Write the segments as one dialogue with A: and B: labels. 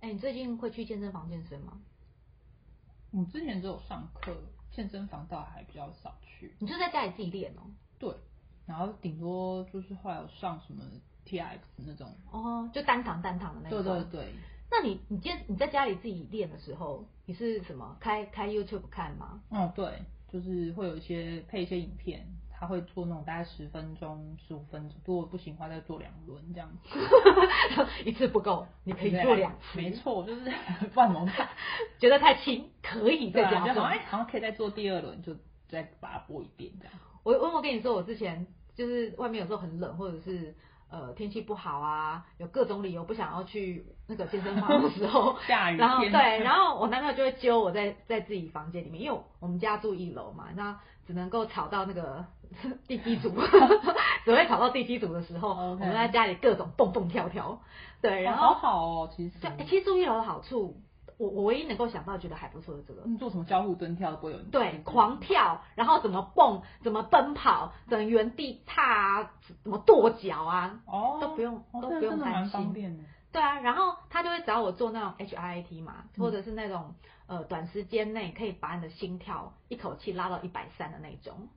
A: 哎、你最近会去健身房健身吗？
B: 我之前只有上课，健身房倒还比较少去。
A: 你就在家里自己练哦、
B: 对，然后顶多就是后来有上什么 T X 那种。
A: 哦，就单堂单堂的那
B: 对
A: 种。
B: 对对，
A: 那你你健你在家里自己练的时候，你是什么开开 YouTube 看吗？
B: 嗯对，就是会有一些配一些影片，他会做那种大概十分钟、十五分钟，如果不行的话再做两轮这样子。
A: 一次不够，你可以
B: 对哎
A: 做两次。
B: 没，错， 就是万能派。
A: 觉得太轻，可以
B: 对
A: 再
B: 啊，
A: 加
B: 就
A: 重
B: 好像。哎好像可以再做第二轮，就再把它播一遍这样。
A: 我我我跟你说，我之前就是外面有时候很冷，或者是呃天气不好啊，有各种理由不想要去那个健身房的时候，
B: 下雨
A: 然后
B: 天
A: 对，然后我男朋友就会揪我在在自己房间里面，因为我们家住一楼嘛，那只能够吵到那个 地基 组，只会吵到地基组的时候
B: OK
A: 我们在家里各种蹦蹦跳跳，对，然
B: 好
A: 后
B: 好哦，其实
A: 就、欸其实住一楼的好处，我我唯一能够想到觉得还不错的这个。
B: 嗯做什么交互蹲跳都不会有人
A: 对
B: 听，见
A: 狂跳，然后怎么蹦，怎么奔跑，怎么原地踏啊，怎么跺脚啊，
B: 哦
A: 都不用
B: 哦
A: 都
B: 这
A: 不用
B: 真的
A: 担
B: 蛮方
A: 心
B: 便的。
A: 对啊，然后他就会找我做那种 H I I T 嘛，
B: 嗯
A: 或者是那种呃短时间内可以把你的心跳一口气拉到一百三的那种，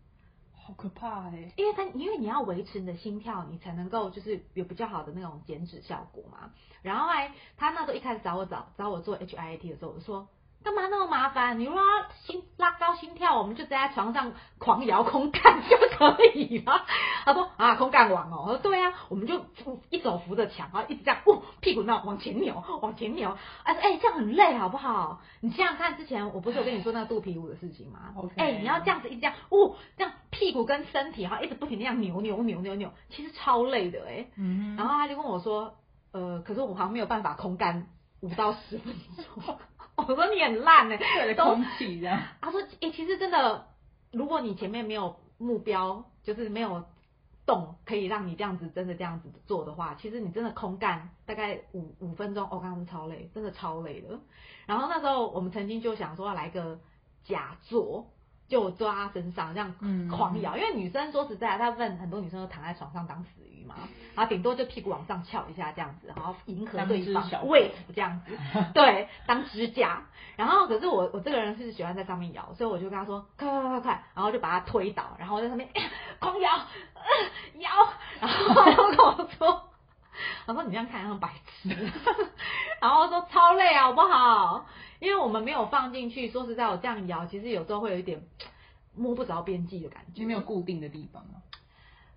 B: 好可怕哎、
A: 因为他因为你要维持你的心跳，你才能够就是有比较好的那种减脂效果嘛。然后后来他那时候一开始找我找找我做 H I I T 的时候，我就说。干嘛那么麻烦？你如果要心拉高心跳，我们就在床上狂摇空干 就可以了。他说啊，空干王哦，我说对啊，我们就一手扶着墙，然后一直这样，哦，屁股那往前扭，往前扭，哎、哎，这样很累好不好？你想想看，之前我不是有跟你说那个肚皮舞的事情吗？
B: OK
A: 哎、你要这样子一直这样，哦，这样屁股跟身体哈，然后一直不停的这样扭扭扭扭扭，其实超累的哎、
B: 嗯
A: 然后他就跟我说，呃，可是我好像没有办法空干五到十分钟。 我说你很烂哎、
B: 对着
A: 都
B: 空气这样，
A: 他说：“诶、其实真的，如果你前面没有目标，就是没有动，可以让你这样子真的这样子做的话，其实你真的空干大概五五分钟，哦，刚刚超累，真的超累的。然后那时候我们曾经就想说要来个假坐，就坐在他身上这样
B: 嗯
A: 狂摇，因为女生说实在，大部分很多女生都躺在床上当死鱼嘛，
B: 嗯
A: 然后顶多就屁股往上翘一下这样子，然后迎合
B: 当
A: 对
B: 只小
A: 方
B: 狗
A: 喂这样 子，对，当指甲。然后可是我我这个人是喜欢在上面摇，所以我就跟他说快快快快快，然后就把他推倒，然后在上面、哎狂 摇、呃摇，然后他就跟我说， 他说你这样看像白痴，然后说超累啊好不好？因为我们没有放进去，说实在我这样摇，其实有时候会有一点摸不着边际的感觉，
B: 就没有固定的地方嘛。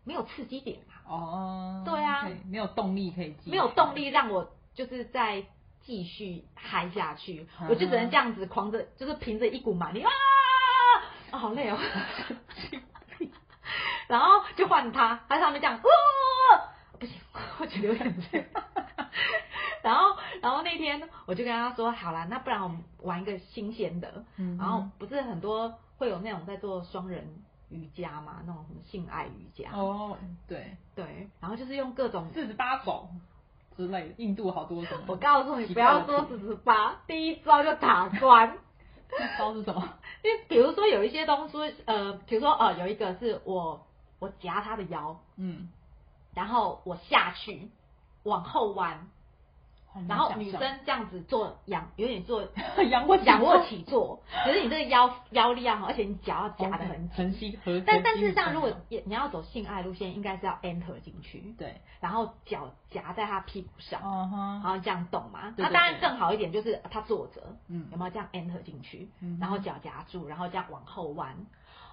A: 没有刺激点啊。
B: 哦，
A: 对啊
B: OK，没有动力可以继续
A: 没有动。力让我就是再继续嗨下去，
B: 嗯
A: 我就只能这样子狂着，就是凭着一股蛮力啊，啊好累哦。 然后就换他，他在上面这样，哇，不行，我觉得有点累。 然后，然后那天我就跟他说，好啦，那不然我们玩一个新鲜的。
B: 嗯哼
A: 然后不是很多会有那种在做双人瑜伽嘛，那种什么性爱瑜伽，
B: 哦，对，
A: 对，然后就是用各种
B: 四十八首之类的，印度好多啊什么？
A: 我告诉你，不要说四十八，第一招就打关。
B: 那招是什么？
A: 因为比如说有一些东西，呃，比如说呃，有一个是我我夹他的腰，
B: 嗯，
A: 然后我下去往后弯，
B: 很难
A: 然后
B: 嗯想
A: 女
B: 象
A: 生这样子做仰，有点做
B: 仰卧起
A: 仰卧
B: 坐
A: 起坐，可是你这个腰腰力要哦好，而且你脚要夹的
B: OK，
A: 很紧。
B: 很吸合。
A: 但
B: 很啊
A: 但事实
B: 吸
A: 上，
B: 引
A: 如果
B: 人
A: 也你要走性爱路线，应该是要 enter 进去，
B: 对，
A: 然后脚夹在他屁股上，
B: 嗯
A: 然
B: 哼，
A: 后这样动嘛。
B: 对
A: 那
B: 对
A: 当然
B: 对
A: 更好一点就是呃他坐着，
B: 嗯
A: 有没有这样 enter 进去
B: 嗯，哼
A: 然后脚夹住，然后这样往后弯。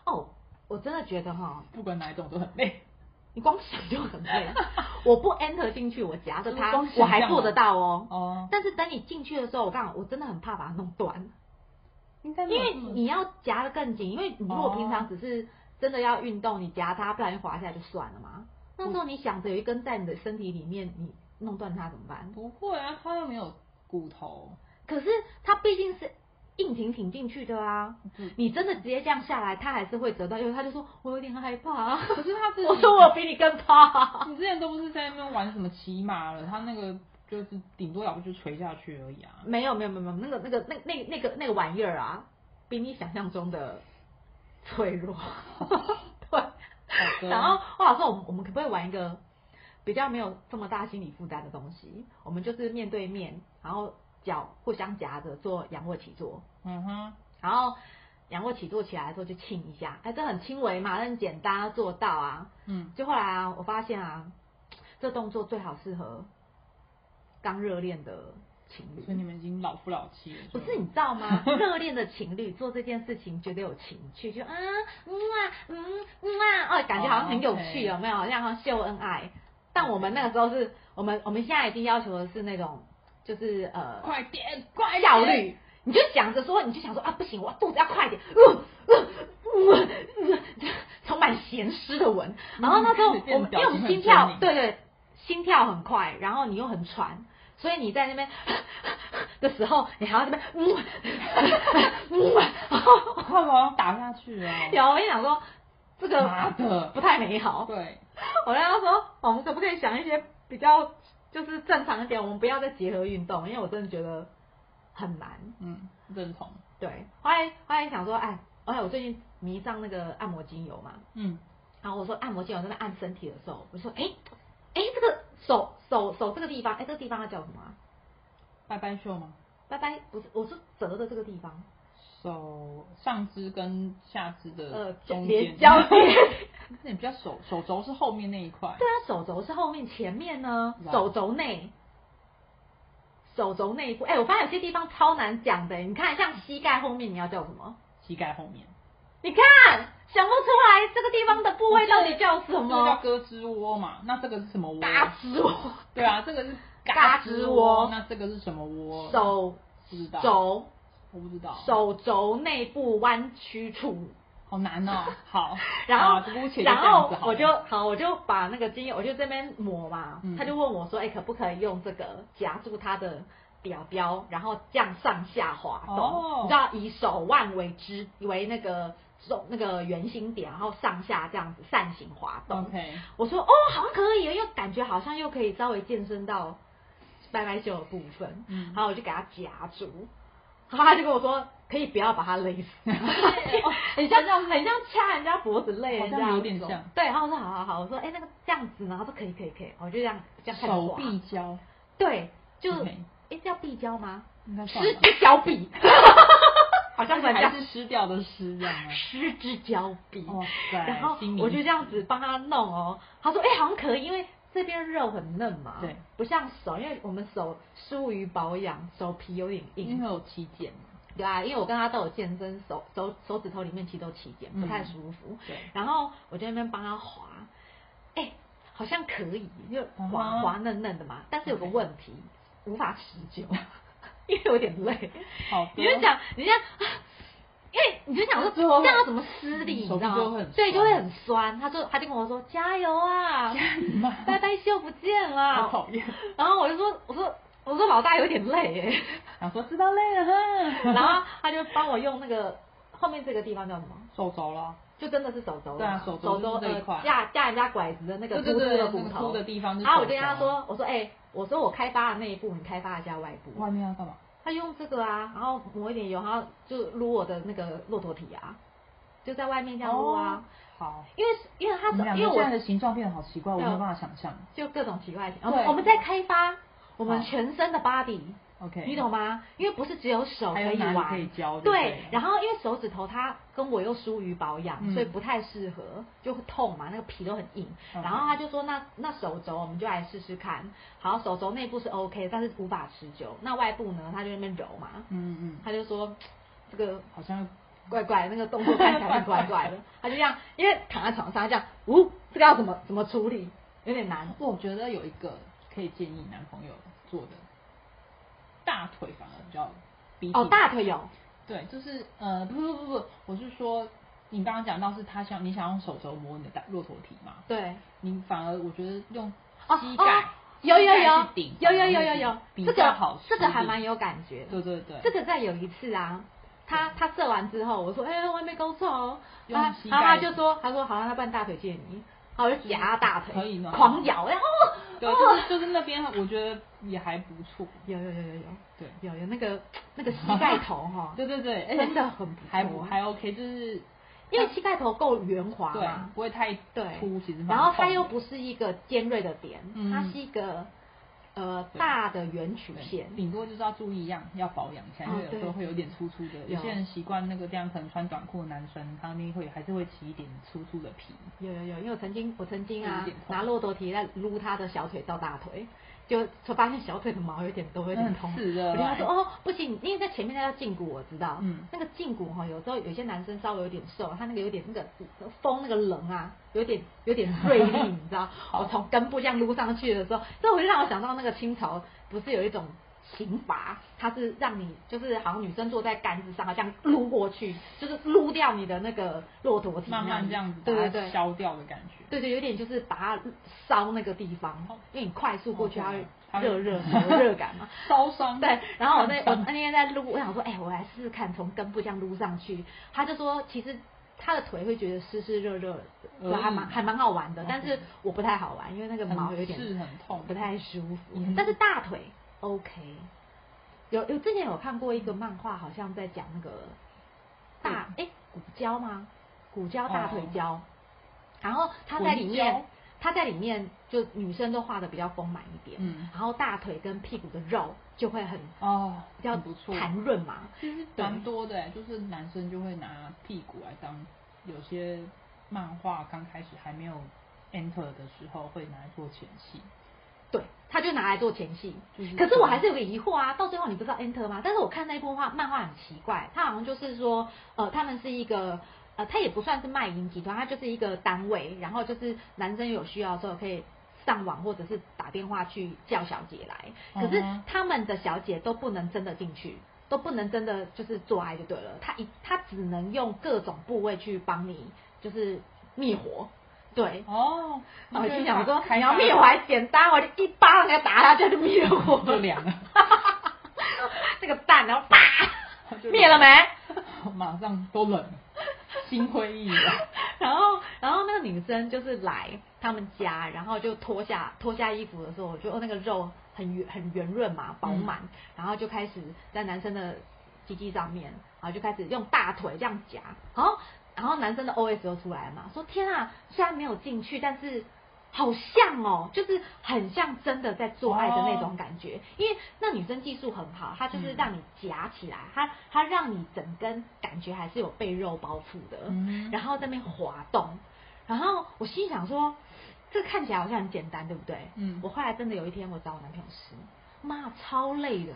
A: 哦，我真的觉得哈，
B: 不管哪一种都很累。
A: 你光想就很 累。我不 enter 进去，我夹着
B: 就是
A: 它
B: 光想，
A: 我还
B: 象
A: 做得
B: 嘛
A: 到哦。
B: 哦，
A: 但是等你进去的时候，我告诉你，我真的很怕把它弄断，
B: 应该
A: 因
B: 没有
A: 为
B: 这么
A: 你要夹得更紧。因为你如果
B: 哦
A: 平常只是真的要运动，你夹它，不然就滑下来就算了
B: 嗯
A: 嘛。那时候你想着有一根在你的身体里面，你弄断它怎么办？
B: 不会啊，它又没有 骨头，
A: 可是它毕竟是硬挺挺进去的啊。
B: 就
A: 你真的直接这样下来，他还是会折断，因为他就说我有点害怕、
B: 可是他自己
A: 我说我比你更怕。
B: 你之前都不是在那边玩什么骑马了，他那个就是顶多要不就垂下去而已 啊。
A: 没有没有没有没有，那个那个那那那个那个玩意儿啊，比你想象中的脆弱。对，
B: 好的
A: 然后我老说我们我们可不可以玩一个比较没有这么大心理负担的东西？我们就是面对面，然后脚互相夹着做仰卧起坐，
B: 嗯哼，
A: 然后仰卧起坐起来之后就亲一下，哎，这很轻微嘛，那很简单要做到啊。
B: 嗯，
A: 就后来啊，我发现啊，这动作最好适合刚热恋的情侣。
B: 所以你们已经老夫老妻了，
A: 不
B: 吧
A: 是你知道吗？热恋的情侣做这件事情觉得有情趣，就啊嗯啊嗯嗯啊，哦，感觉好像很有趣，
B: 哦，OK
A: 有没有？好像好像秀恩爱。但我们那个时候是我们我们现在已经要求的是那种就是呃
B: 快点，快点
A: 效 率，，你就想着说，你就想说啊不行，我肚子要快一点，呃呃呃呃，充满咸湿的文。然后那时候
B: 嗯
A: 我们因
B: 变
A: 为
B: 得
A: 我们
B: 表情很
A: 心跳
B: 狰狞
A: 对对心跳很快，然后你又很喘。所以你在那边的时候，你还要那边嗯嗯，然后
B: 快把我打下 去哦，
A: 有我跟你讲说，这
B: 妈
A: 个
B: 的，
A: 不太美好。
B: 对，
A: 我跟他说，哦我们可不可以想一些比较就是正常一点，我们不要再结合运动，因为我真的觉得很难。
B: 嗯，认同，
A: 对，后来后来想说，哎，而且我最近迷上那个按摩精油嘛，
B: 嗯，
A: 然后我说按摩精油在那按身体的时候，我就说，哎哎，这个手手手这个地方，哎，这个地方它叫什么、啊？
B: 拜拜秀吗？
A: 拜拜，不是，我是折的这个地方，
B: 手上肢跟下肢的
A: 呃，
B: 中
A: 连
B: 间，
A: 交点。
B: 那你比较手手肘是后面那一块，
A: 对啊，手肘是后面，前面呢，
B: 哇
A: 手肘内，手肘内部。哎、我发现有些地方超难讲的。你看，像膝盖后面，你要叫什么？
B: 膝盖后面，
A: 你看，想不出来这个地方的部位到底叫什
B: 这个叫
A: 么？
B: 胳肢窝嘛，那这个是什么窝？
A: 嘎吱窝，
B: 对啊，这个是
A: 嘎
B: 肢
A: 吱窝
B: 那这个是什么窝？
A: 手
B: 不知道，
A: 肘
B: 我不知道，
A: 手肘内部弯曲处。
B: 好难哦。好，
A: 然后
B: 啊这姑且就
A: 然
B: 这样
A: 后
B: 子好了
A: 我就好，我就把那个精油，我就这边抹嘛。
B: 嗯
A: 他就问我说：“哎、可不可以用这个夹住他的表标，然后这样上下滑动？
B: 哦
A: 你知道，以手腕为支为那个中那个圆心点，然后上下这样子扇形滑动。
B: OK，
A: 我说：“哦，好像可以，因为感觉好像又可以稍微健身到拜拜袖的部分。”
B: 嗯，
A: 然后我就给他夹住，然后他就跟我说：“可以不要把他勒死。”
B: 哦
A: 很像这样，很像掐人家脖子累，
B: 好像
A: 这样
B: 有点像。
A: 对，然后我说好好好，我说哎、那个这样子呢，他说可以可以可以，我就这样这样看
B: 手臂交，
A: 对，啊就哎
B: OK，
A: 叫臂交吗？
B: 应该算
A: 失
B: 吧，
A: 之交臂，好像
B: 而
A: 人
B: 且
A: 家
B: 还是湿掉的湿这 样啊。
A: 失之交臂。
B: 哇塞，
A: 然后
B: 哦心里
A: 我就这样子帮他弄哦，他说哎、好像可以，因为这边肉很嫩嘛，
B: 对，
A: 不像手，因为我们手疏于保养，手皮有点硬，
B: 因为有体检嘛，
A: 对啊，因为我跟他都有健身，手手手指头里面其实都起茧，不太
B: 嗯
A: 舒服。
B: 对，
A: 然后我就在那边帮他滑，哎、好像可以，就
B: 嗯
A: 滑
B: 哼
A: 滑嫩嫩的嘛。但是有个
B: OK
A: 问题，无法持久， 因为有点累。
B: 好的，
A: 你就想，你这样，因为你就想说
B: 最后
A: 这样要怎么施力，你知
B: 手
A: 道
B: 臂就会
A: 吗
B: 很？
A: 对，就
B: 酸
A: 会很酸。他就他就跟我说加油啊，
B: 妈
A: 拜拜秀不见
B: 好
A: 啦。
B: 讨厌，
A: 然后我就说我说我说老大有点累哎、
B: 想说知道累了 哈，
A: 然后他就帮我用那个后面这个地方叫什么？
B: 手肘了，
A: 就真的是手肘了嘛，
B: 对啊手
A: 手
B: 肘就是这一块
A: 呃架架人家拐子的那个
B: 对
A: 突出
B: 对对，
A: 的
B: 那
A: 骨
B: 个
A: 头啊
B: 凸的。地方，
A: 然后我就跟他，说，我说哎、我说我开发的那一部，你开发一下外部。
B: 外面要干嘛？
A: 他用这个啊，然后抹一点油，然后就撸我的那个骆驼体啊，就在外面这样撸啊。
B: 哦好，
A: 因为因为他
B: 你们两
A: 因为
B: 个现在
A: 我
B: 的形状变得好奇怪，我
A: 对啊
B: 没有办法想象。
A: 就各种奇怪的，我
B: 对
A: 们我们在开发我们
B: 好
A: 全身的 body，
B: OK，
A: 你懂吗？因为不是只有手
B: 还
A: 可
B: 有
A: 以
B: 哪里
A: 玩，
B: 可以教？
A: 对，然
B: 然
A: 后因为手指头它跟我又疏于保养，
B: 嗯
A: 所以不太适合，就会痛嘛，那个皮都很硬。
B: OK
A: 然后他就说，那那手肘我们就来试试看。好，手肘内部是 OK，但是无法持久。那外部呢，他就在那边揉嘛，
B: 嗯嗯，
A: 他就说这个
B: 好像
A: 怪怪，那个动作看起来很怪 怪的。他就这样，因为躺在床上他这样，呜、这个要怎么怎么处理，有点难。
B: 我觉得有一个可以建议男朋友做的，大腿反而比较比
A: 哦，
B: 起
A: 大腿有，
B: 对，就是呃，不不不不，我是说你刚刚讲到是他想你想用手肘摸你的大骆驼体嘛，
A: 对，
B: 你反而我觉觉得用
A: 哦
B: 膝
A: 哦
B: 盖，
A: 有
B: 膝
A: 有
B: 盖
A: 有
B: 去顶，嗯
A: 有有有有有，
B: 比
A: 这
B: 较
A: 个
B: 好
A: 这
B: 施
A: 个还
B: 力
A: 蛮有感觉的。
B: 对对对，
A: 这个在有一次啊，他他射完之后，我说，哎、我还没高潮哦，
B: 用
A: 啊
B: 膝
A: 然后他
B: 盖
A: 就说，他说好，那不然大腿借你，好，我就夹他大腿，
B: 可以吗
A: 狂咬，然后哦
B: 对，就是就是那边我觉得也还不错，
A: 有有有有有
B: 对
A: 有有那个那个膝盖头哈、
B: 对对对，而且
A: 真的很不错
B: 还不还 OK，就是
A: 因为膝盖头够圆滑
B: 对
A: 嘛，，
B: 不会太
A: 对
B: 凸，其实蛮
A: 然后
B: 痛
A: 它
B: 的
A: 又不是一个尖锐的点，
B: 嗯
A: 它是一个呃
B: 对
A: 大的圆曲线，
B: 顶多就是要注意一样，要保养起来，
A: 哦
B: 因为有时
A: 对
B: 候会有点粗粗的。有
A: 有
B: 些人习惯那个这样，可能穿短裤的男生，他那边会还是会起一点粗粗的皮。
A: 有有有，因为我曾经我曾经啊
B: 有一点痛
A: 拿骆驼蹄在撸他的小腿到大腿，就就发现小腿的毛有点多，有点痛。
B: 是的，
A: 我就跟他说哦，不行，因为在前面那叫胫骨，我知道，
B: 嗯
A: 那个胫骨哈，有时候有些男生稍微有点瘦，他那个有点那个风那个棱啊，有点有点锐利，你知道？我从根部这样撸上去的时候，这我就让我想到那个清朝不是有一种刑罚，它是让你就是好像女生坐在杆子上，这样撸过去，就是撸掉你的那个骆驼蹄那
B: 慢
A: 样，
B: 慢这样子
A: 对
B: 把
A: 对
B: 它
A: 对。
B: 消掉的感觉。
A: 对对，有点就是把它烧那个地方
B: 哦，
A: 因为你快速过去，
B: 哦
A: 它
B: 对
A: 会热
B: 它会
A: 热嘛有热感嘛，
B: 烧伤。
A: 对，然后我那
B: 烫
A: 我
B: 伤
A: 那天在撸，我想说，哎、我来试试看从根部这样撸上去。他就说，其实他的腿会觉得湿湿热热的，
B: 而已
A: 还蛮还蛮好玩的，
B: OK
A: 但是我不太好玩，因为那个
B: 很
A: 毛有点
B: 是很痛，
A: 不太舒服
B: 嗯。
A: 但是大腿 OK，有有之前有看过一个漫画，好像在讲那个大哎、骨胶吗？骨胶大腿
B: 哦
A: 胶，然后他在里
B: 臀
A: 面
B: 胶。
A: 他在里面就女生都画的比较丰满一点，
B: 嗯
A: 然后大腿跟屁股的肉就会很
B: 哦，
A: 比较
B: 很不错，
A: 弹润嘛。
B: 其实
A: 对
B: 蛮多的欸，就是男生就会拿屁股来当，有些漫画刚开始还没有 enter 的时候会拿来做前戏，
A: 对，他就拿来做前戏。
B: 就是
A: 可是我还是有个疑惑啊，到最后你不知道 enter 吗？但是我看那一部画漫画很奇怪，它好像就是说，呃，他们是一个。呃，它也不算是卖淫集团，它就是一个单位，然后就是男生有需要的时候可以上网或者是打电话去叫小姐来，可是
B: 嗯哼
A: 他们的小姐都不能真的进去，都不能真的就是做爱就对了，他一他只能用各种部位去帮你就是灭火，对，
B: 哦，
A: 我
B: 就
A: 心想说，你
B: 开啊
A: 要
B: 发
A: 灭我还简单，我就一巴掌给他打下去，他就灭我
B: 就
A: 了。
B: 凉了，
A: 那个蛋，然后啪，
B: 就
A: 灭了没？
B: 马上都冷了，心灰意冷，
A: 然后，然后那个女生就是来他们家，然后就脱下脱下衣服的时候，我就哦那个肉很圆很圆润嘛，饱满，
B: 嗯
A: 然后就开始在男生的鸡鸡上面，然后就开始用大腿这样夹，然后然后男生的 OS 又出来了嘛，说天啊，虽然没有进去，但是。好像哦，就是很像真的在做爱的那种感觉，因为那女生技术很好，她就是
B: 哦嗯
A: 让你夹起来，她她让你整根感觉还是有被肉包覆的，
B: 嗯
A: 然后在那边滑动，然后我心里想说，这看起来好像很简单，对不对？
B: 嗯
A: 我后来真的有一天，我找我男朋友试，妈超累的，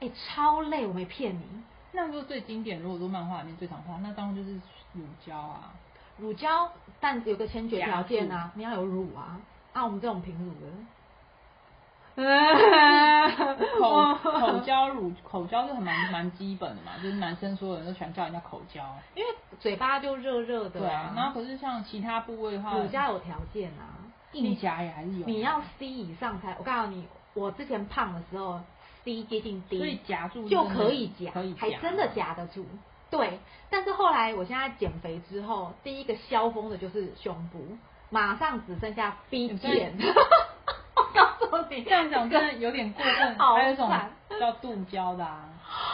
A: 哎、超累，我没骗你。
B: 那如果最经典，如果说漫画里面最常画，那当然就是乳胶啊，
A: 乳胶，但有个先决条件啊，你要有乳啊，啊，我们这种平 乳的。哦
B: 口口交乳口交是很蛮蛮基本的嘛，就是男生所有人都喜欢叫人家口交，
A: 因为嘴巴就热热的、
B: 对啊。然后可是像其他部位的话，
A: 乳胶有条件啊，
B: 硬夹也还是有，啊
A: 你要 C 以上才，我告诉你，我之前胖的时候 C 接近 D，
B: 所以夹住
A: 就可以夹，
B: 可以
A: 还真的， 夹得住。对，但是后来我现在减肥之后，第一个消峰的就是胸部，马上只剩下 B
B: 你真的
A: 键。 我告诉你，
B: 这样讲真的有点过分。
A: 好
B: 还有一种
A: 烦
B: 叫肚胶的啊，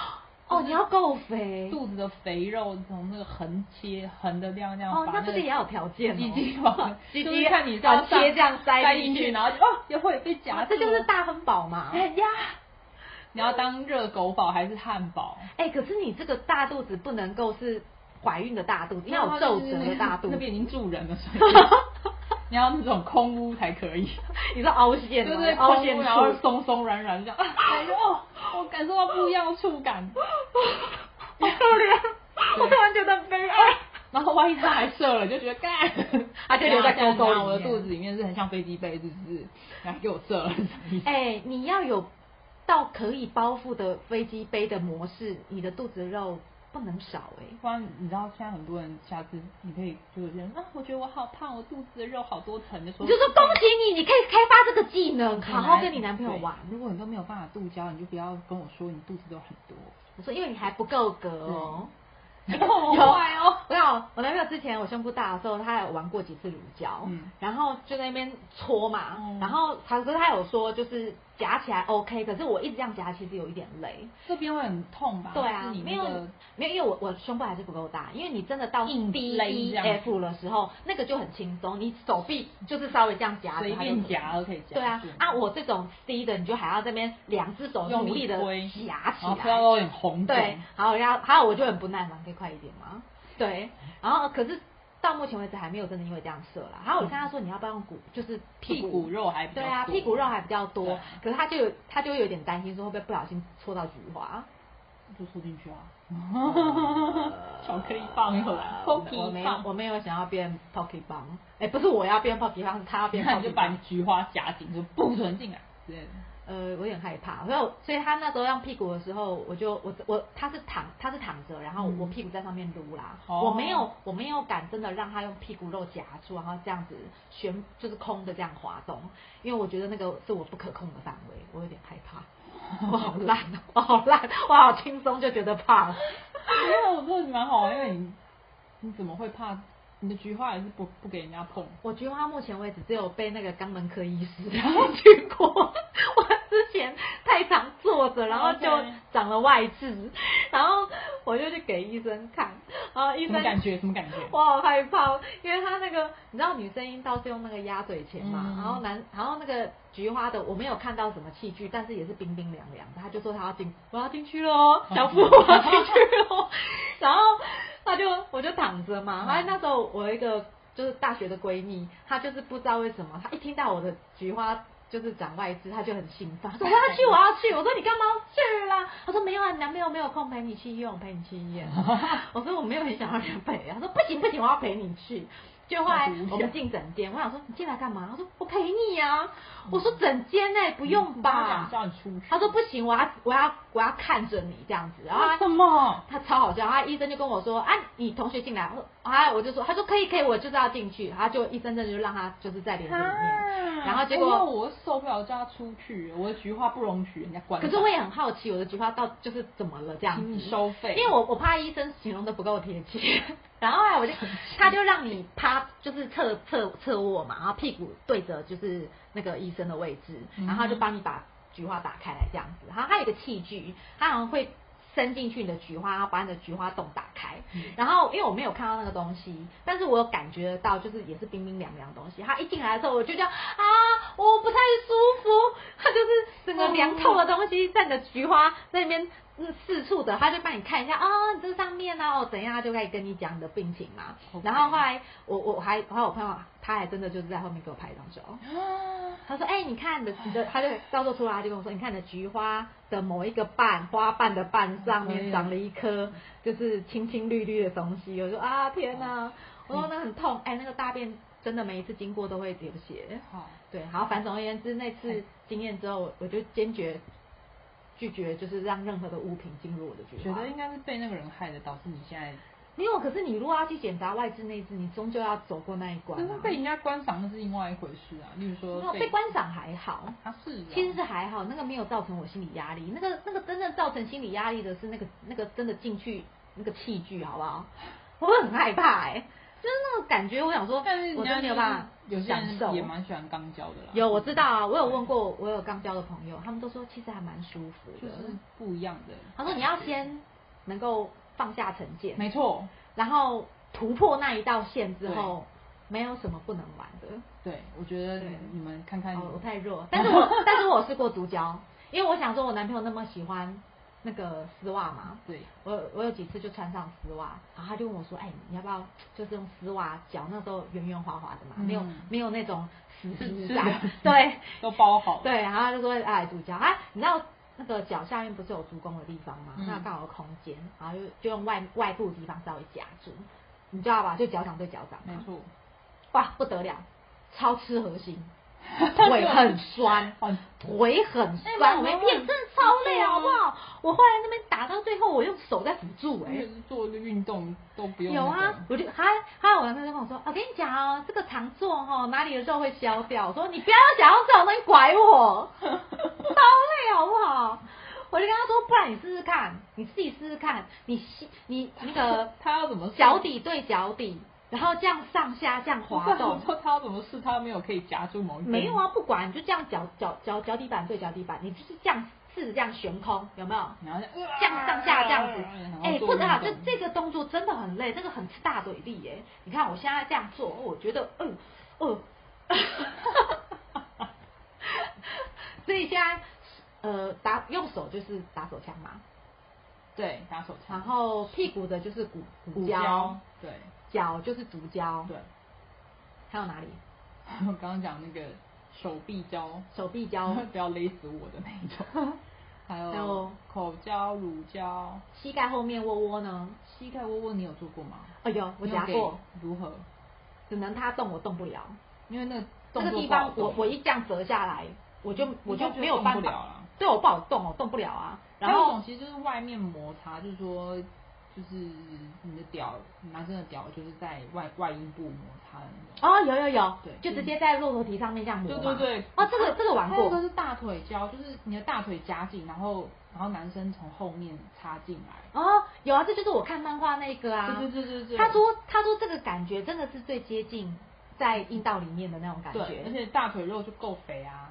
A: 哦，你要够肥
B: 肚子的肥肉从那个横切横的量这样
A: 哦，
B: 把
A: 那
B: 个
A: 这个也要有条件哦，
B: 鸡鸡往
A: 鸡
B: 就
A: 鸡
B: 是看你是要
A: 往切这样塞
B: 塞
A: 进
B: 进
A: 去
B: 去，然后就哦又会被夹
A: 啊
B: 住
A: 这
B: 了，
A: 就是大亨堡嘛。
B: 哎呀，你要当热狗堡还是汉堡？
A: 哎，可是你这个大肚子不能够是怀孕的大肚子，要有皱褶的大肚
B: 那
A: 子，
B: 边已经住人了，所 以你要那种空屋才可以，
A: 你是凹
B: 就
A: 陷吗？
B: 是
A: 凹
B: 空
A: 陷
B: 屋，
A: 处
B: 然后松松软软这样，哎呦，我感受到不一样的触 感。
A: 好可怜，我突然觉得很悲哀。
B: 然后万一他还射了，就觉得干，
A: 他就留 在
B: 这样
A: 沟沟
B: 这样我
A: 里面
B: 的肚子里面是很像飞机杯，是不是？然后给我射了，是什么意思
A: 哎、你要有到可以包覆的飞机杯的模式，你的肚子肉不能少哎、
B: 不然你知道现在很多人，下次你可以就有些人啊，我觉得我好胖，我肚子的肉好多层，就说
A: 你就说恭喜你，你可以开发这个技能，哎
B: 可以
A: 好
B: 拿
A: 好跟你男朋友
B: 对
A: 玩。
B: 如果你都没有办法度交，你就不要跟我说你肚子都很多。
A: 我说，因为你还不够格 哦。
B: 好坏哦！
A: 我有我男朋友之前我胸部大的时候，他有玩过几次乳胶，
B: 嗯
A: 然后就在那边搓嘛，
B: 嗯
A: 然后他可是他有说就是夹起来 OK，可是我一直这样夹其实有一点累。
B: 这边会很痛吧？
A: 对啊
B: 就是你
A: 没
B: 那
A: 有
B: 个
A: 没有，因为我我胸部还是不够大，因为你真的到
B: 硬
A: B
B: 勒
A: E
B: 这样
A: F 的时候，那个就很轻松，你手臂就是稍微这样夹着，
B: 随
A: 它就
B: 便
A: 可以
B: 夹都可以夹住。
A: 对啊，啊，我这种 C 的，你就还要这边两只手
B: 用
A: 努力的
B: 推
A: 夹起来，
B: 然后推到都有点红肿。
A: 对，然后要，还有我就很不耐烦，可以快一点吗？对，然后可是到目前为止还没有真的因为这样射啦。然后我跟他说你要不要用骨，就是
B: 嗯屁
A: 股，
B: 股肉还比较
A: 对啊，
B: 多
A: 屁股肉还比较
B: 对
A: 多
B: 啊，
A: 可是他就有他就有点担心说会不会不小心戳到菊花。
B: 就缩进去啊。 巧克力棒又来，Pocky
A: 呃我没有
B: 棒，
A: 我没有想要变 Pocky 棒，哎，不是我要变 Pocky 棒，是他要变
B: 那
A: Pocky
B: 你就把
A: 棒
B: 你。菊花夹紧，就不准进来之类的。
A: 呃，我有点害怕，所以我所以他那时候让屁股的时候，我就我我他是躺他是躺着，然后
B: 嗯
A: 我屁股在上面撸啦，
B: 哦
A: 我没有我没有敢真的让他用屁股肉夹住，然后这样子悬就是空的这样滑动，因为我觉得那个是我不可控的范围，我有点害 怕，我好烂哦，我好烂，我好轻松就觉得怕了，
B: 没有，我觉得蛮好玩，因为你你怎么会怕？你的菊花也是不不给人家碰，
A: 我菊花目前为止只有被那个肛门科医
B: 哦
A: 师 然后去过，我之前太常坐着，然后就
B: 哦 OK
A: 长了外痔， 然后我就去给医生看，然后医
B: 什么
A: 生
B: 感觉？什么感觉？
A: 我好害怕，因为他那个你知道女生阴道是用那个鸭嘴钳嘛，
B: 嗯
A: 然后男然后那个菊花的我没有看到什么器具，但是也是冰冰凉凉的，他就说他要进，我要进去喽，
B: 哦
A: 小夫我要进去 喽，然后他就我就躺着嘛，
B: 嗯
A: 然后那时候我有一个就是大学的闺蜜，她就是不知道为什么，她一听到我的菊花。就是长外痔，她就很兴 奋，她说我要去，我要去。我说你干嘛要去啦？她说没有啊，你男朋友没有空陪你去医院，我陪你去医院。我说我没有很想让人陪，他说不行不行，我要陪你去。就后来我们进整间，我想说你进来干嘛？他说我陪你啊。我说整间哎、不用吧
B: 你。叫你出去。
A: 他说不行，我要我要我要看着你这样子。然后
B: 啊
A: 他
B: 什么？
A: 他超好笑，他医生就跟我说啊，你同学进来，我说啊我就说，他说可以可以，我就是要进去。他就医生真的就让他就是在帘子里面。然后结果
B: 哎呦我受不了，叫他出去，我的菊花不容许人家关。
A: 可是我也很好奇，我的菊花到就是怎么了这样
B: 请
A: 子？
B: 你嗯收费，
A: 因为我我怕医生形容的不够贴切， 然后后 来我就他就让你趴，就是侧侧侧卧嘛，然后屁股对着就是那个医生的位置，
B: 嗯
A: 然后他就帮你把菊花打开来这样子，然后他有一个器具，他好像会伸进去你的菊花，然后把你的菊花洞打开，
B: 嗯
A: 然后因为我没有看到那个东西，但是我有感觉得到，就是也是冰冰凉凉的东西。他一进来的时候，我就叫啊，我不太舒服，他就是整个凉透的东西在你的菊花在那边嗯四处的，他就帮你看一下啊、你这上面啊，哦怎样，他就可以跟你讲你的病情嘛。
B: OK
A: 然后后来我我还后来我朋友他还真的就是在后面给我拍一张照。
B: 啊
A: 他说：“哎、你看你的，你的，他就照做出来，他就跟我说，你看你的菊花的某一个瓣，花瓣的瓣上面长了一颗，就是青青绿绿的东西。”我说：“啊，天哪、我说：“那很痛，哎、那个大便真的每一次经过都会流血。
B: 好，”
A: 对，好，反正总而言之，那
B: 嗯
A: 次经验之后，我我就坚决拒绝，就是让任何的物品进入我的菊
B: 觉
A: 花
B: 得。应该是被那个人害得，导致你现在
A: 没有，可是你如果要去检查外痔内痔，你终究要走过那一关、
B: 但
A: 啊。
B: 是被人家观赏那是另外一回事啊。例如说
A: 没有被观赏还好。
B: 他是啊
A: 其实是还好，那个没有造成我心理压力。那个那个真正造成心理压力的是那个那个真的进去那个器具，好不好？我会很害怕哎、就是那种感觉，我想说，
B: 但是人
A: 我
B: 家
A: 真没有办法
B: 就是有些
A: 享受
B: 人也。蛮喜欢肛交的啦。
A: 有我知道啊，我有问过我有刚交的朋友，他们都说其实还蛮舒服
B: 就
A: 的。
B: 是不一样的。
A: 他说你要先能够放下成见，
B: 没错，
A: 然后突破那一道线之后，没有什么不能玩的。
B: 对，我觉得
A: 对
B: 你们看看，
A: 哦，我太弱，但是 我但是我有试过足胶，因为我想说我男朋友那么喜欢那个丝袜嘛，
B: 对，
A: 我有我有几次就穿上丝袜，然后他就问我说，哎，你要不要就是用丝袜脚？那时候圆圆滑滑的嘛，没有
B: 嗯
A: 没有那种死
B: 是
A: 丝
B: 是
A: 感
B: 的，
A: 啊 对
B: 都包好了。
A: 对，然后他就说哎足胶啊，你知道。那个脚下面不是有足弓的地方吗？
B: 嗯
A: 那刚好有空间，然后就就用外外部的地方稍微夹住，你知道吧？就脚掌对脚掌
B: 没
A: 嘛，
B: 错，
A: 哇不得了，超吃核 心，腿很 酸，
B: 很
A: 腿很
B: 哎那
A: 酸，嗯哦
B: 我
A: 我
B: 们
A: 没
B: 问
A: 变，真的超累，
B: 对啊
A: 好不好？我后来那边打到最后，我用手在辅助、
B: 而且
A: 哎。
B: 是做运动都不用那
A: 有
B: 个。
A: 啊，我就还还有我男生就跟我说，我跟你讲哦，这个常做哦，哪里的肉会消掉。我说你不要想用这种东西拐我， 超累好不好？我就跟他说，不然你试试看，你自己试试看，你吸你那个
B: 他要怎么
A: 脚底对脚底，然后这样上下这样滑动
B: 我，说他要怎么试，他没有可以夹住某一根
A: 没有啊，不管你就这样脚脚脚脚底板对脚底板，你就是这样试着这样悬空，有没有？
B: 然后就呃
A: 这样上下这样子，
B: 哦
A: 哎、不能啊，这
B: 这
A: 这个动作真的很累，这个很吃大腿力耶。你看我现在这样做，我觉得，嗯、嗯， 所以现在呃打用手就是打手枪嘛，
B: 对打手
A: 然
B: 枪，
A: 后屁股的就是骨
B: 骨
A: 骨胶
B: 胶，，对
A: 脚就是足胶，
B: 对，
A: 还有哪里？
B: 我刚刚讲那个手臂胶，
A: 手臂胶、
B: 不要勒死我的那一 种，还
A: 还有
B: 有口胶、乳胶、
A: 膝盖后面窝窝呢？
B: 膝盖窝窝，你有做过吗？
A: 哎呦，我
B: 你有
A: 夹
B: 给
A: 过，
B: 如何？
A: 只能他动我动不了。
B: 因为那个
A: 那
B: 动
A: 个
B: 作
A: 地
B: 不好
A: 方我
B: 动
A: 我一这样折下来，我就我就
B: 你就
A: 没有办
B: 动不了啊
A: 法
B: 了，
A: 对我不好动，我动不了啊。然
B: 还有一
A: 后
B: 种其实就是外面摩擦，就是说，就是你的屌，男生的屌就是在外外阴部摩擦的那种。
A: 哦，有有有，
B: 对
A: 就直接在骆驼蹄上面这样磨
B: 对
A: 嘛。
B: 对对，
A: 哦，这个这个玩
B: 还有一
A: 过
B: 个是大腿胶，就是你的大腿夹紧，然后然后男生从后面插进来。
A: 哦，有啊，这就是我看漫画那个啊。
B: 对对对对对。
A: 他说他说这个感觉真的是最接近在阴道里面的那种感
B: 对，
A: 觉。
B: 而且大腿肉就够肥啊，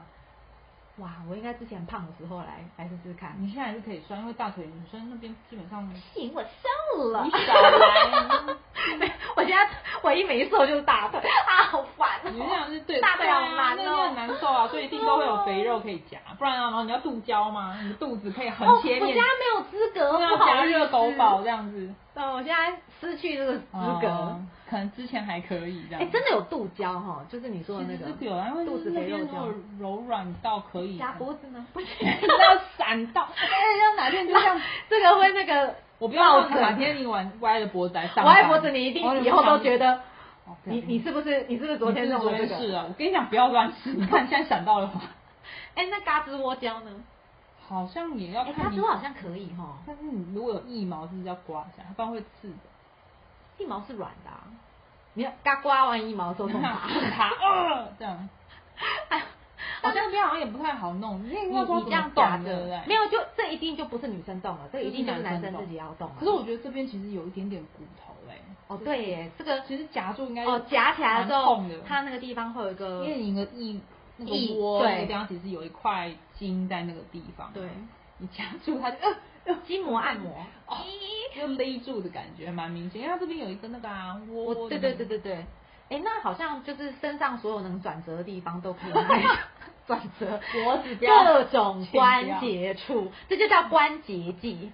A: 哇，我应该之前胖的时候来来试试看。
B: 你现在还是可以算，因为大腿女生那边基本上你
A: 行，我瘦了。
B: 少来，
A: 我现在唯一没瘦就是大腿啊，好烦、哦。
B: 你这样是对
A: 大腿
B: 对啊
A: 好难
B: 那
A: 哦
B: 就很难受啊，所以一定都会有肥肉可以夹，不然啊，然后你要肚胶吗？你的肚子可以横切
A: 哦。我
B: 面
A: 现在，没有资格，
B: 对啊
A: 不好
B: 夹
A: 意思
B: 热狗堡这样子，
A: 嗯，我现在失去这个资格
B: 嗯。可能之前还可以这
A: 哎、
B: 样。
A: 真的有肚胶哈，就是你说的那
B: 其实
A: 个
B: 是有啊，因为
A: 肚子
B: 那
A: 肥
B: 边
A: 肉
B: 如果
A: 胶，
B: 柔软到可以，
A: 夹脖子呢？不行，
B: 要闪 到，哎，要哪天就这样，
A: 这个会那个，
B: 我不要
A: 抱
B: 让
A: 枕
B: 哪天你玩歪了脖子来上班，
A: 我爱脖子，你一
B: 我有哦
A: 定以
B: 点
A: 后都
B: 不
A: 觉得
B: 想，
A: 你你是不是你是不是昨天
B: 你是
A: 弄
B: 昨
A: 的这
B: 天是
A: 个？
B: 啊，我跟你讲不要乱 试，你看现在闪到了吗？
A: 哎、那嘎吱窝胶呢？
B: 好像也要
A: 哎、嘎吱
B: 看你
A: 窝好像可以哈，
B: 但是你如果有腋毛，是不是要刮一下？不然会刺的。
A: 一毛是软的、啊，你要嘎刮完一毛之后痛吧？
B: 刺它，呃，这样。
A: 哎呀
B: 好像那边好像也不太好弄，你
A: 你
B: 你
A: 你这样夹
B: 夹
A: 着
B: 着，，
A: 没有就这一定就不是女生动了，这一定就是男
B: 就是男生
A: 生
B: 动
A: 自己要动啊。
B: 可是我觉得这边其实有一点点骨头哎、
A: 哦对耶，这个
B: 其实夹住应该
A: 哦夹起来之
B: 蛮
A: 后
B: 痛的，
A: 它那个地方会有一个
B: 因为你的腋那
A: 腋
B: 个窝
A: 对
B: 那个地方其实有一块筋在那个地方，
A: 对，
B: 你夹住它就呃呃
A: 筋膜按摩。
B: 哦，就勒住的感觉蛮明显，因为它这边有一个那个啊窝
A: 我
B: 窝
A: 对
B: 的那
A: 对
B: 个，
A: 对对对，哎，那好像就是身上所有能转折的地方都 可以开始转折，
B: 脖子不要
A: 各种关节处，这就叫关节 技。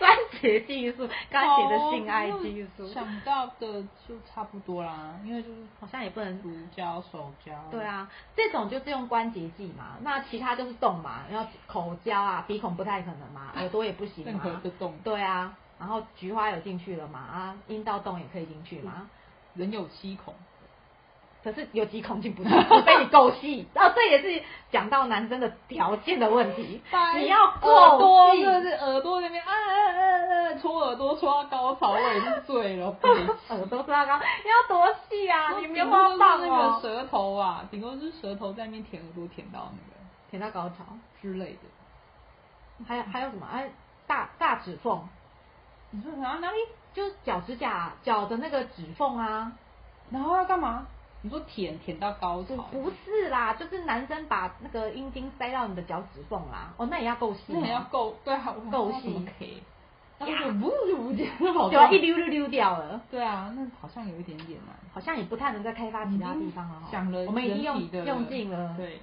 A: 关节技术，关节的性爱技
B: 哦
A: 术，
B: 想到的就差不多啦，因为就是
A: 好像也不能
B: 乳胶、手胶，
A: 对，啊，这种就是用关节剂嘛，那其他就是动嘛，然后口交啊，鼻孔不太可能嘛，耳朵也不行
B: 任何
A: 嘛
B: 一，个洞，
A: 对啊，然后菊花有进去了嘛，啊，阴道洞也可以进去嘛，
B: 人有七孔，
A: 可是有几孔进 不去，除非你够细，哦，这也是讲到男生的条件的问题，你要
B: 耳
A: 够
B: 朵，
A: 细
B: 真，的是耳朵那边啊啊啊啊，搓耳朵搓到高潮，我也是醉了，不行
A: 耳朵抓高，你要多细啊，你没有办法放
B: 顶多就是那个
A: 哦，
B: 舌头啊，顶多就是舌头在那边舔耳朵舔到那个
A: 舔到高潮，
B: 之类的。
A: 还有还有什么？哎、大大指缝，
B: 你说啊哪里？
A: 就是脚指甲脚的那个指缝啊。
B: 然后要干嘛？你说舔舔到高潮？
A: 不啊是啦，就是男生把那个阴茎塞到你的脚趾缝啦，哦，那也要够细
B: 那
A: 吗，
B: 你要够对啊，我
A: 够细
B: 可以。那就不是不见了，好
A: 对吧？啊
B: 像
A: 一溜溜溜掉了，
B: 对啊，那好像有一点点难。
A: 好像也不太能再开发其他地方了哈。
B: 想了
A: 我们已经
B: 人
A: 用
B: 体的
A: 用尽了，
B: 对，哦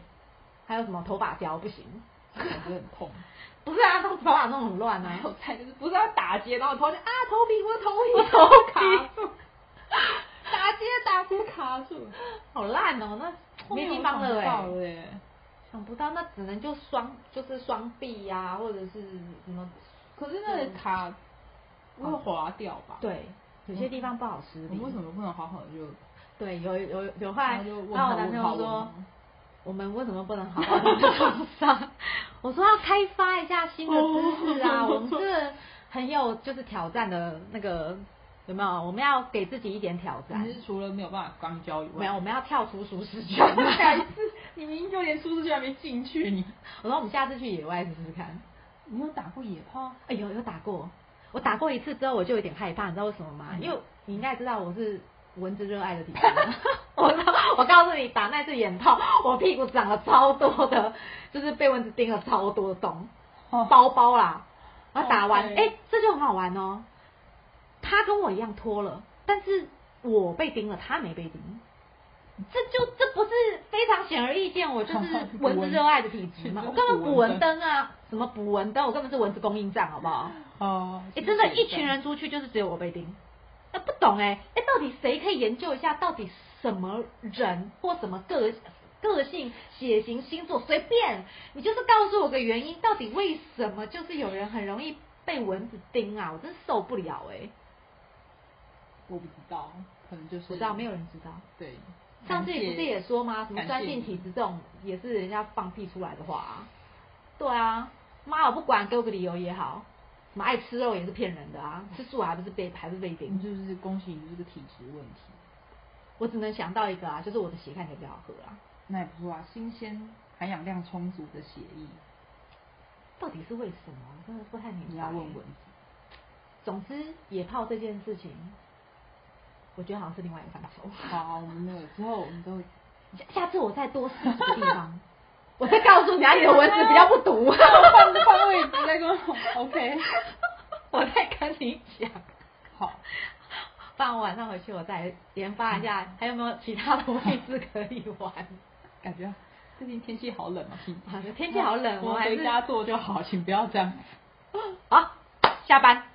A: 还有什么头发胶不行？
B: 感觉很痛。
A: 不是啊，头发弄很 乱
B: 然
A: 啊，
B: 后再就是不是要打结，然后头 就啊头皮我的头皮
A: 我头皮
B: 卡 住，打结打结卡住，
A: 好烂哦，那没地方了哎、
B: 哎、欸。
A: 想不到，那只能就双就是双臂呀、或者是什么？
B: 可是那个卡会滑掉吧？，
A: 对，有些地方不好施
B: 我
A: 力。
B: 们为什么不能好好的就？
A: 对，有有有后来，
B: 然后就问
A: 然后我
B: 他
A: 男
B: 问
A: 朋友
B: 他问
A: 说
B: 他。
A: 我们为什么不能好好的创 伤？ 我说要开发一下新的知识啊，
B: 哦
A: 我们是很有就是挑战的那个有没有？我们要给自己一点挑战
B: 你，是除了没有办法刚交以外，
A: 没有，我们要跳出舒适圈。
B: 下一次你明明就连出租还没进去，你
A: 我说我们下次去野外试试看。
B: 你有打过野炮？
A: 哎呦，有打过，我打过一次之后，我就有点害怕，你知道为什么吗？
B: 嗯
A: 因为你应该知道我是蚊子热爱的体质。我我告诉你，打那次眼套，我屁股长了超多的，就是被蚊子叮了超多洞，
B: 哦
A: 包包啦。然后打完，哎
B: OK、
A: 这就很好玩哦。他跟我一样脱了，但是我被叮了，他没被叮。这就这不是非常显而易见，我就是蚊子热爱的体质嘛，我根本补蚊灯啊，什么补蚊灯，我根本是蚊子供应站，好不好？
B: 哦，
A: 哎、真的，
B: 是
A: 一群人出去就是只有我被叮。那不懂哎、哎、到底谁可以研究一下，到底什么人或什么个个性、血型、星座，随便，你就是告诉我个原因，到底为什么就是有人很容易被蚊子叮啊？我真受不了哎、
B: 我不知道，可能就是
A: 我知道没有人知道。
B: 对。
A: 上次你不是也说吗？什么酸性体
B: 质？
A: 质这种也是人家放屁出来的话、啊。对啊，妈我不管，给我个理由也好。什么爱吃肉也是骗人的啊，吃素还不是被还是被
B: 你
A: 叮？
B: 就是恭喜你这个体质问题，
A: 我只能想到一个啊，就是我的血看起来比较好喝啊。
B: 那也不错啊，新鲜含氧量充足的血液，
A: 到底是为什么？我真的不太明白。
B: 你要问蚊。子，
A: 总之，野炮这件事情，我觉得好像是另外一个范畴。
B: 好，我们那个之后我们都
A: 下下次我再多试几个地方，我再告诉你哪里有蚊子比较不毒。
B: 换 换位置再跟我 OK，
A: 我再跟你讲。
B: 好，
A: 不然我晚上回去我再研发一下，
B: 嗯
A: 还有没有其他的位置可以玩？
B: 感觉最近天气好冷啊，
A: 好的天气好冷，
B: 我
A: 我
B: 们
A: 还
B: 回
A: 是
B: 家做就好，请不要这样。
A: 好下班。